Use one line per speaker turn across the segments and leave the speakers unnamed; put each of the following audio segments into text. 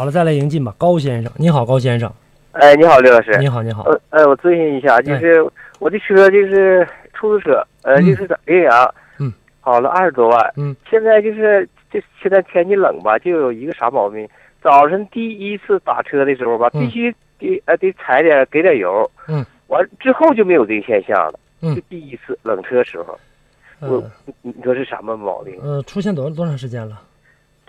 好了，再来迎进吧，高先生，你好，高先生，
哎，你好，刘老师。
你好，你好，哎
呃，呃，我咨询一下，就是我的车就是出租车，呃，
嗯
就是在岳阳，
嗯，
跑了二十多万，
嗯，
现在就是这现在天气冷吧，就有一个啥毛病，早晨第一次打车的时候吧，
嗯
必须得呃得踩点给点油，
嗯，
完之后就没有这个现象了，
嗯
就第一次冷车时候，
呃
你说是什么毛病？
呃，出现多多长时间了？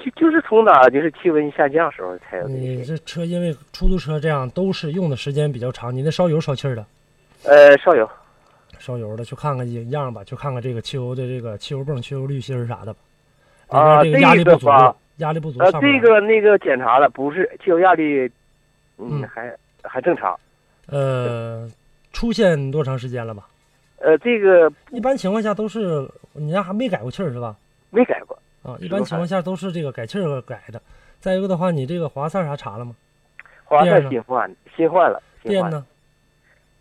就就是从哪儿就是气温下降时候才有这
你
个，
这车因为出租车这样都是用的时间比较长，你那烧油烧气儿的，
呃，少有，
烧油的去看看一样吧，去看看这个汽油的这个汽油泵、汽油滤芯儿啥的吧。里面
啊
哎这个压力不
这
足
个吧，
压力不足
呃，
上不来。
这个那个检查了，不是汽油压力，嗯，
嗯
还还正常。
呃，出现多长时间了吧？
呃，这个
一般情况下都是你家还没改过气儿是吧？
没改过，
啊，一
是
般
的
情况下都是这个改气儿改的。再一个的话，你这个华塞儿啥查了吗？
华
电
赛
呢
新换，新换了，新
电
换了。
呢？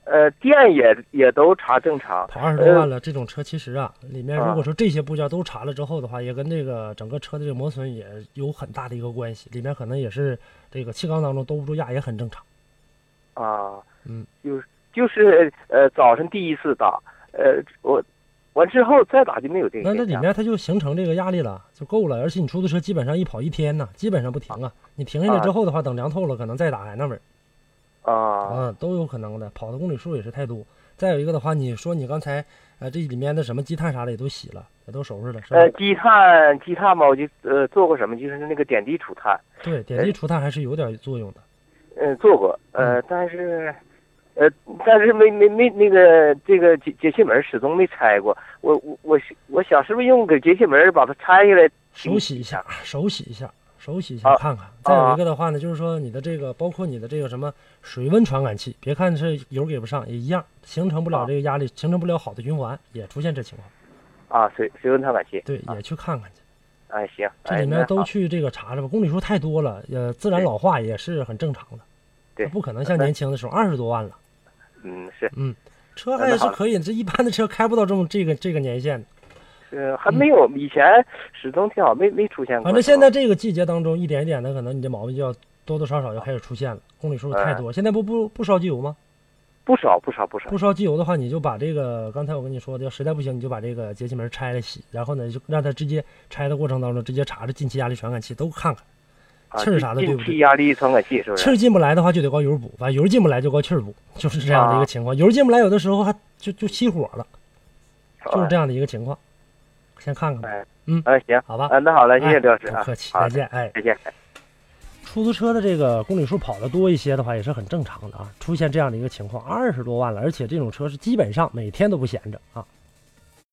呃，电也也都查正常。
跑二十多
呃
万了，这种车其实啊，里面如
啊
果说这些部件都查了之后的话，也跟这个整个车的这个磨损也有很大的一个关系，里面可能也是这个气缸当中兜不住压也很正常。
啊，
嗯，
就是就是呃，早晨第一次打，呃，我完之后再打就没有这
那
个
这
现
里
象。
面它就形成这个压力了，就够了。而且你出租车基本上一跑一天呢，基本上不停啊。你停下来之后的话，等凉透了，可能再打还那味儿
啊，
啊，都有可能的。跑的公里数也是太多。再有一个的话，你说你刚才呃这里面的什么积碳啥的也都洗了，也都收拾了，是吧？
呃，积碳积碳吧，我就呃做过什么，就是那个点滴除碳，
对，点滴除碳还是有点作用的。
嗯、做过，呃，但是。呃，但是没没没那个这个节节气门始终没拆过，我我我我想是不是用个节气门把它拆下来
手洗一下，手洗一下，手洗一下，
嗯啊
看看。再有一个的话呢，就是说你的这个，包括你的这个什么水温传感器，别看是油给不上，也一样形成不了
啊
这个压力，形成不了好的循环，也出现这情况。
啊，水水温传感器。
对，
啊
也去看看去，
哎，行，
这
哎
里
那
面都
好
去这个查查吧。公里数太多了，呃，自然
对
老化也是很正常的。
对
不可能像
那
年轻的时候二十多万了，
嗯，是
车
那
还是
好了
可以，这一般的车开不到这么这个这个年限的。
是，呃还没有以前始终挺好，没没出现过。
嗯反正现在这个季节当中，一点一点的，可能你这毛病就要多多少少就开始出现了。公里数
哎
太多，现在不不不烧机油吗？
不少不少不少
不烧机油的话，你就把这个刚才我跟你说的，要实在不行，你就把这个节气门拆了洗，然后呢，就让它直接拆的过程当中直接查查进气压力传感器都看看，
啊，
气儿啥的对
进进
不对
气压力传感器是不
气
是？
儿进不来的话就得搞油补，完油进不来就搞气儿补，就是这样的一个
啊
情况。油进不来有的时候还就就熄火了，就是这样的一个情况。先看看吧，
哎，
嗯
哎，行，
好吧
啊，那好了，谢
哎
谢刘老师
不
啊，
客气，
好
再，见，哎。
再见。
出租车的这个公里数跑得多一些的话，也是很正常的啊。出现这样的一个情况，二十多万了，而且这种车是基本上每天都不闲着啊。